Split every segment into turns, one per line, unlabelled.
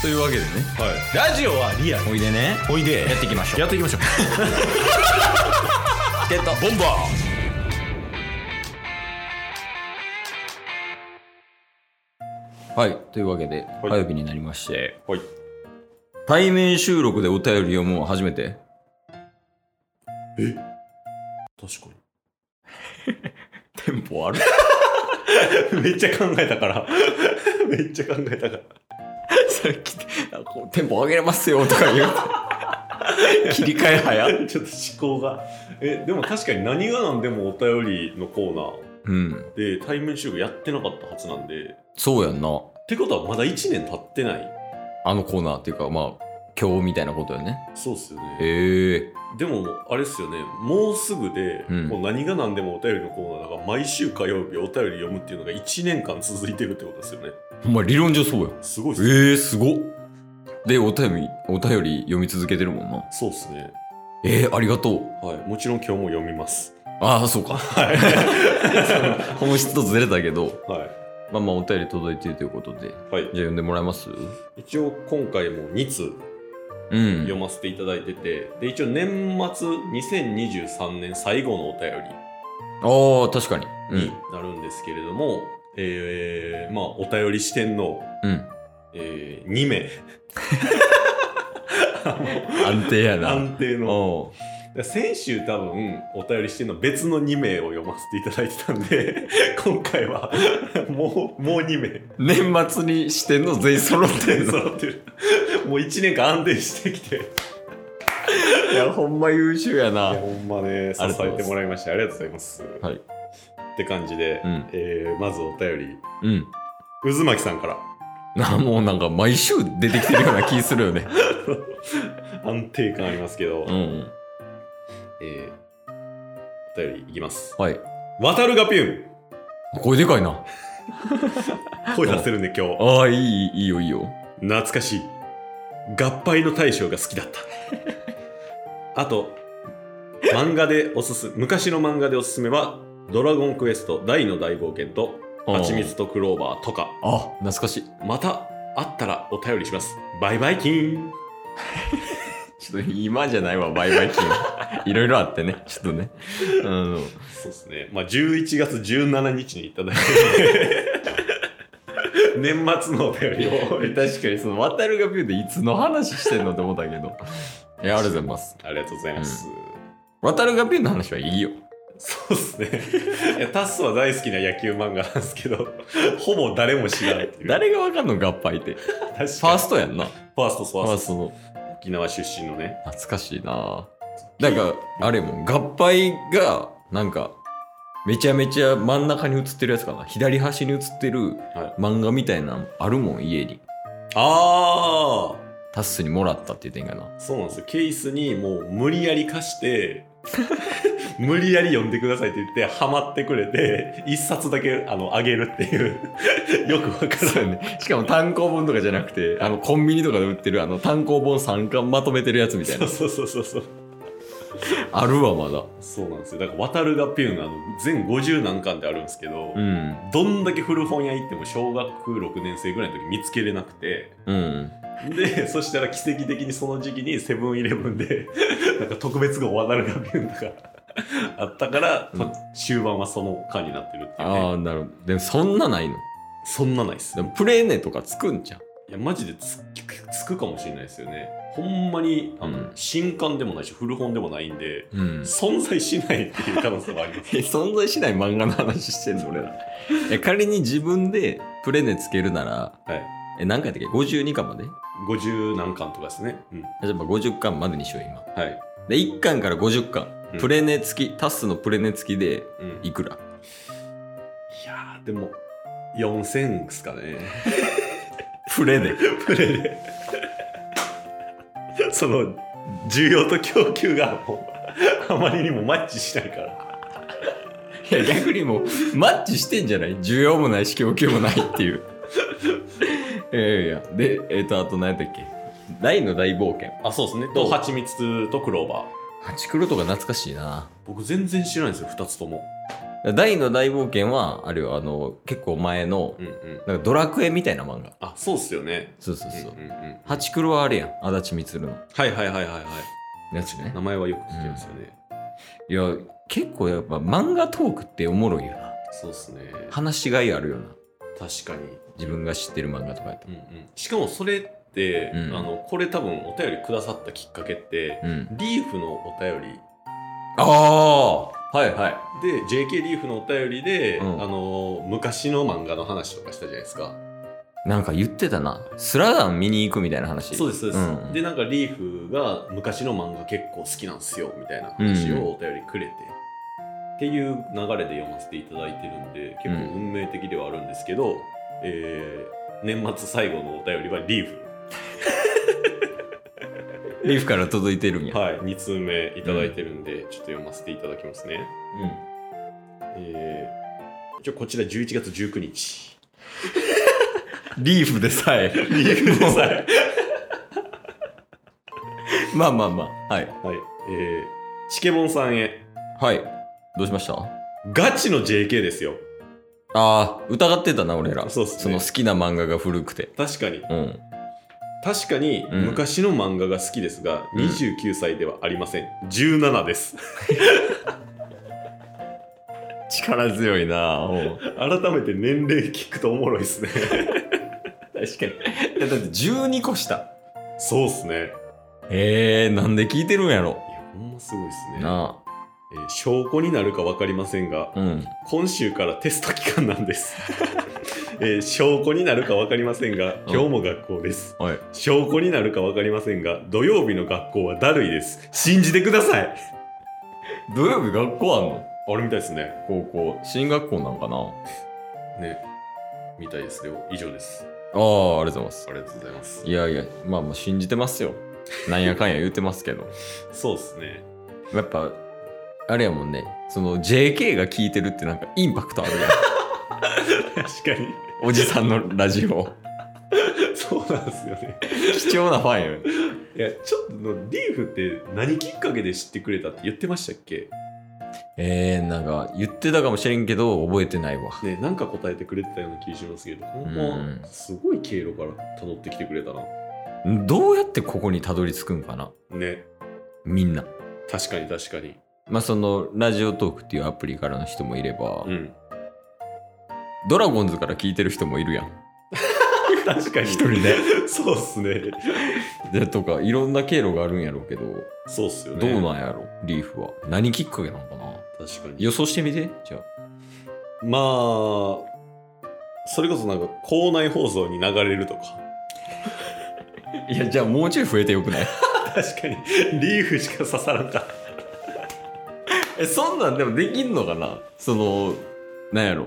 というわけでね
はい、ラジオはリアル
おいでね
おいで
やっていきましょう
やっていきましょう
ってた
ボンバ
はいというわけで
い
火曜日になりまして
ーはい
対面収録でお便りをもう初めて
確か
テンポある
に めっちゃ考えたから めっちゃ考えたから
さっきこうテンポ上げれますよとか言う 切り替え早
ちょっと思考がえでも確かに何が何でもお便りのコー
うん
ナーで対面収録やってなかったはずなんで
そうやんな
ってことはまだ1年経ってない
あのコーナーっていうかまあ今日みたいなことやね
そうっすよね
へえ
でもあれっすよねもうすぐで、
うん
もう何が何でもお便りのコーナーが毎週火曜日お便り読むっていうのが1年間続いてるってことですよね
ほんま理論上そうや
すごいっすね
ええすごっでお便りお便り読み続けてるもんな
そうっすね
えー、ありがとう
はいもちろん今日も読みます
ああそうか
はい
本質とずれたけど
は
まあまあお便り届いてるということでじゃ
い、はい
あ、読んでもらえます
一応今回も2通
う
読
ん
ませていただいてて、で一応年末2023年最後のお便
ああ確かにう
りに
ん
なるんですけれども、えーまあお便り視点の、
うん
え2名
安定やな
安定の
おう
先週多分お便り視点の別の2名を読ませていただいてたんで 今回はもうもう2名
年末にしてんの全員揃ってんの
揃ってるもう1年間安定してきてい
いやほんま優秀や
や
な
ほんまね支
ありがとうご
え
ざいます
てもらいましてありがとうございます、
はい
って感じで、
うん
えーまずお便り
うん
渦巻さんから
なもうなんか毎週出てきてるような気するよね
安定感ありますけど、
うん
えー、お便りいきます
はい
渡るがピュン
声でかいな
声出せるんで今日
ああいいいいよいいよ
懐かしい合杯の大将が好きだっ たあと漫画でおすす昔の漫画でおすすめは「ドラゴンクエスト大の大冒険」と「
うん
蜂蜜とクローバー」とか
あ懐かしい
またあったらお便りしますバイバイキーン
ちょっと今じゃないわバイバイ金 いろいろあってねちょっとねうん
そうですね。まあ、11月17日にいただい て、年末のお便りを。
確かにその渡るがビューでいつの話してんのって思ったけどいやありがとうございます
ありがとうございます。
渡るがビューの話はいいよ
そうですね。いや、タッスは大好きな野球漫画なんですけど、ほぼ誰も知らないっていう。
誰がわかんの合敗ってフ
確かにフ
ァ
ァ
ー
ース
ストやんなフ
ト、ファースト、
ァーストの
沖縄出身のね。
懐かしいななんかあれもん合敗がなんかめちゃめちゃ真ん中に映ってるやつかな左端に映ってる
はい
漫画みたいなのあるもん家に
ああ
タッスにもらったって言ってんかな
そうなんですよ。ケースにもう無理やり貸して、 無理やり読んでくださいって言って、ハマってくれて、一冊だけあのあげるっていう、よくわから
そう
ない
よね。しかも単行本とかじゃなくて、あの、コンビニとかで売ってる、あの、単行本3巻まとめてるやつみたいな。
そうそうそうそうそう
あるわ、まだ。
そうなんですよだから渡るがピュンあの全50何巻であるんですけど、
うん。
どんだけ古本屋行っても小学6年生ぐらいの時見つけれなくて
うん。
でそしたら奇跡的にその時期にセブンイレブンで なんか特別号渡るがピュンとかあったから、
うん
ま終盤はその巻になってるっていう、
あ
ね、
あ、なるほど。でも、そんなないの。
そんなないっす
でも、プレーネとかつくんじゃん。
いやマジでつつくかもしれないですよねほんまにあの、
うん
新刊でもないし古本でもないんで
うん。
存在しないっていう可能性もあります
存在しない漫画の話してんの、俺ら。え、仮に自分でプレーネつけるなら、
はい
え、何回だっけ ?52 巻まで
50何巻とかですね。うん。
例えば50巻までにしよう、今。
はい。
で、1巻から50巻。
うん
プレネ付き、タスのプレネ付きで、
うん、い
いくら
やー、でも、4000ですかね。
プレネ。
プレで。その、需要と供給がもう、あまりにもマッチしないから。
いや逆にもうマッチしてんじゃない需要もないし供給もないっていういやいやいやでえっ、とあと何やったっけ大の大冒険
あ、そうですね。
と
と、蜂蜜とクローバー。
ハチクロとか懐かしいな
僕、全然知らないんですよ、2つとも。
ら大の大冒険はあれよあの結構前の
うんうん
なんかドラクエみたいな漫画
あそうっすよね
そうそうそう、
んうんうん、
ハチクロはあれやん足立光の
はいはいはいはいはい
やつね
名前はよく聞きますよね、
いや結構やっぱ漫画トークっておもろいよな
そうっすね
話しがいあるよな
確かに、
自分が知ってる漫画とかやった
うんうん、しかもそれって、
うん
あのこれ多分お便りくださったきっかけって
らうん
リーフのお便り
ああはいはい
で JK リーフのお便りで、
うん
あの昔の漫画の話とかしたじゃないですか
なんか言ってたなスラダン見に行くみたいな話
そうですそうです、
うん
でなんかリーフが昔の漫画結構好きなんすよみたいな話をお便りくれて、っていう流れで読ませていただいてるんで結構運命的ではあるんですけど、えー年末最後のお便りはリーフ
リーフから届いてるんや、
はい、2通目いただいてるんで、ちょっと読ませていただきますね。えー、一応こちら11月19日。
うん、リーフでさえリーフ
は
えまあまあまあはい
い、えー、チケボンさんへ、
はいどうしました
ガチの JK ですよ。
あー疑ってたな俺ら
そうっすね
の好きな漫画が古くて
確かに、
うん
確かに
うん
昔の漫画が好きですが、
うん
29歳ではありません。17です。
力強いなぁ
改めて年齢聞くとおもろいっすね。
確かにだって12個下
そうっすね。
えー、なんで聞いてるんやろ
いや、ほんますごいっすね。
な
えー証拠になるかわかりませんが
あ、うん
今週からテスト期間なんです、 えー証拠になるか分かりませんが今日も学校です
はい
証拠になるか分かりませんが土曜日の学校はだるいです信じてください
土曜日学校あんの
あれみたいですね
高校進学校なんかな
ねみたいですよ以上です
ああありがとうございます
ありがとうございます
いやいやまあまあ信じてますよなんやかんや言うてますけど
そうですね
やっぱあれやもんねその JK が聞いてるってなんかインパクトあるやん
確かに
おじさんのラジオ
そうなんですよね
貴重なファンよね
いやちょっとのリーフって何きっかけで知ってくれたって言ってましたっけ
えー、なんか言ってたかもしれんけど覚えてないわ
ねなんか答えてくれてたような気しますけどほん
うん
ま、すごい経路から辿ってきてくれたな
どうやってここにたどり着くんかな
ね
みんな
確かに確かに
まあそのラジオトークっていうアプリからの人もいれば、
ん
ドラゴンズから聞いてる人もいるやん
確かに
一人で
そうっすね
でとかいろんな経路があるんやろうけどど
そうっすよね
うなんやろリーフは何きっかけなのかな
確かに
予想してみてじゃあ
まあそれこそなんか校内放送に流れるとか
いやじゃあもうちょい増えてよくない
確かにリーフしか刺さらんか
えそんなんでもできんのかなそのなんやろ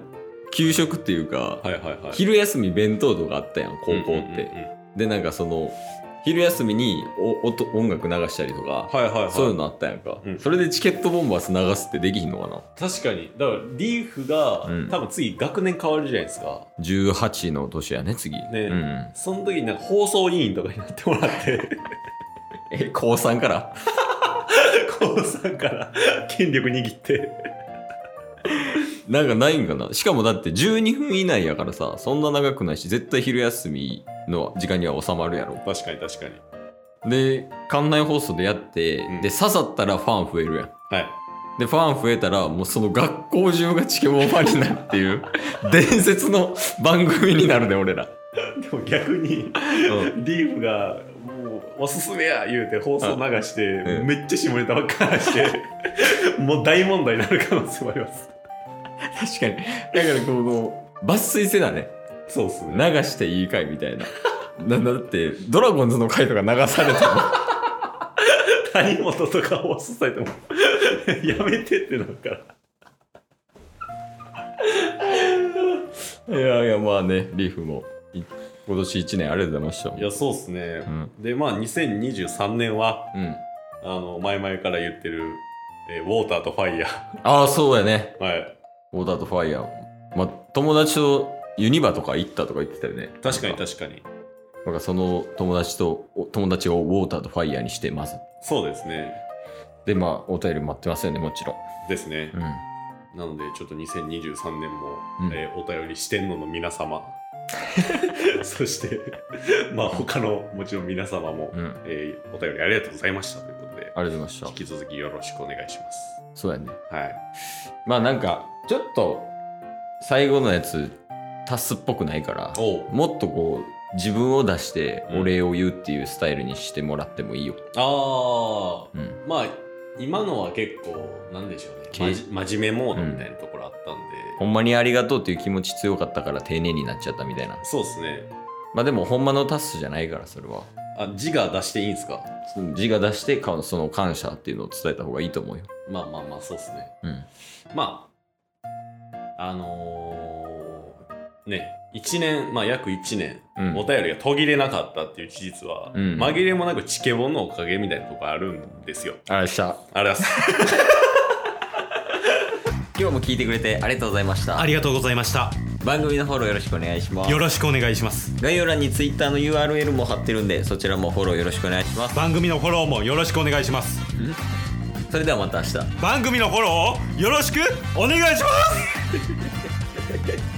給食っていうか、
はいはいはい
昼休み弁当とかあったやん高校って、
うんうんうんうん
でなんかその昼休みにお音音楽流したりとか、
はいはいはい
そういうのあったやんか、
うん
それでチケットボンバース流すってできひんのかな
確かにだからリーフが、
うん
多分次学年変わるじゃないですか
18の年やね次うん、
その時になんか放送委員とかになってもらって
え高3から
高3から権力握って
なんかないんかなしかもだって12分以内やからさそんな長くないし絶対昼休みの時間には収まるやろ
確かに確かに
で館内放送でやって、
うん
で刺さったらファン増えるやん
はい
でファン増えたらもうその学校中がチケボンファンになるっていう 伝説の番組になるね俺ら、
でも逆に
うん、
リーフがもうおすすめや言うて放送流して、
うん
めっちゃ下ネタばっかりしてもう大問題になる可能性もあります
確かにだからこの抜粋せだね
そうっす
流していいかいみた いななだってドラゴンズの回とか流されたの
谷本とか放送されてもやめてってなるから
いやいや、まあね、リーフも、い今年1年ありがとうございました。
いやそうっすね
う、ん。
でまあ2023年は
うん。
あの前々から言ってる、えーウォーターとファイヤ
ああ、そうやね。
ーはい
ウォーターとファイヤー。まあ、友達とユニバとか行ったとか言ってたよね。
確かに
なんか
確かに
なんかその友達と、お友達をウォーターとファイヤーにしてます。
そうですね
で、まあ、お便り待ってますよね、もちろん。
ですね
うん。
なのでちょっと2023年も、
うん
えーお便りしてんのの皆 様そして まあ他のもちろん皆様も、
うん。あり
えーお便りありがとうございましたということで
がとうございました
引。き続きよろしくお願いします
そうやね。
はい
まあなんか、ちょっと、最後のやつ、タスっぽくないから、
おう
もっとこう、自分を出して
うん
お礼を言うっていうスタイルにしてもらってもいいよ。
あ
うん。
あまあ今のは結構なんでしょうね
け
まじ真面目モードみたいなところあったんで、
ほんまにありがとうっていう気持ち強かったから丁寧になっちゃったみたいな。
そうですね
まあでもほんまのタスじゃないから、それは。
あ字が出していいんですか
その字が出して、かその感謝っていうのを伝えた方がいいと思うよ。
まあまあまあそうですね
うん。
まああのーね1年まあ約1年、
うん
お便りが途切れなかったっていう事実は、
うん
紛れもなくチケボンのおかげみたいなとこあるんですよ
あれした。
ありがとうございます
今日も聞いてくれてありがとうございました
あ。りがとうございました
番組のフォローよろしくお願いします
よ。ろしくお願いします
概要欄に Twitter の URL も貼ってるんで、そちらもフォローよろしくお願いします。
番組のフォローもよろしくお願いします
それではまた明日。
番組のフォローをよろしくお願いします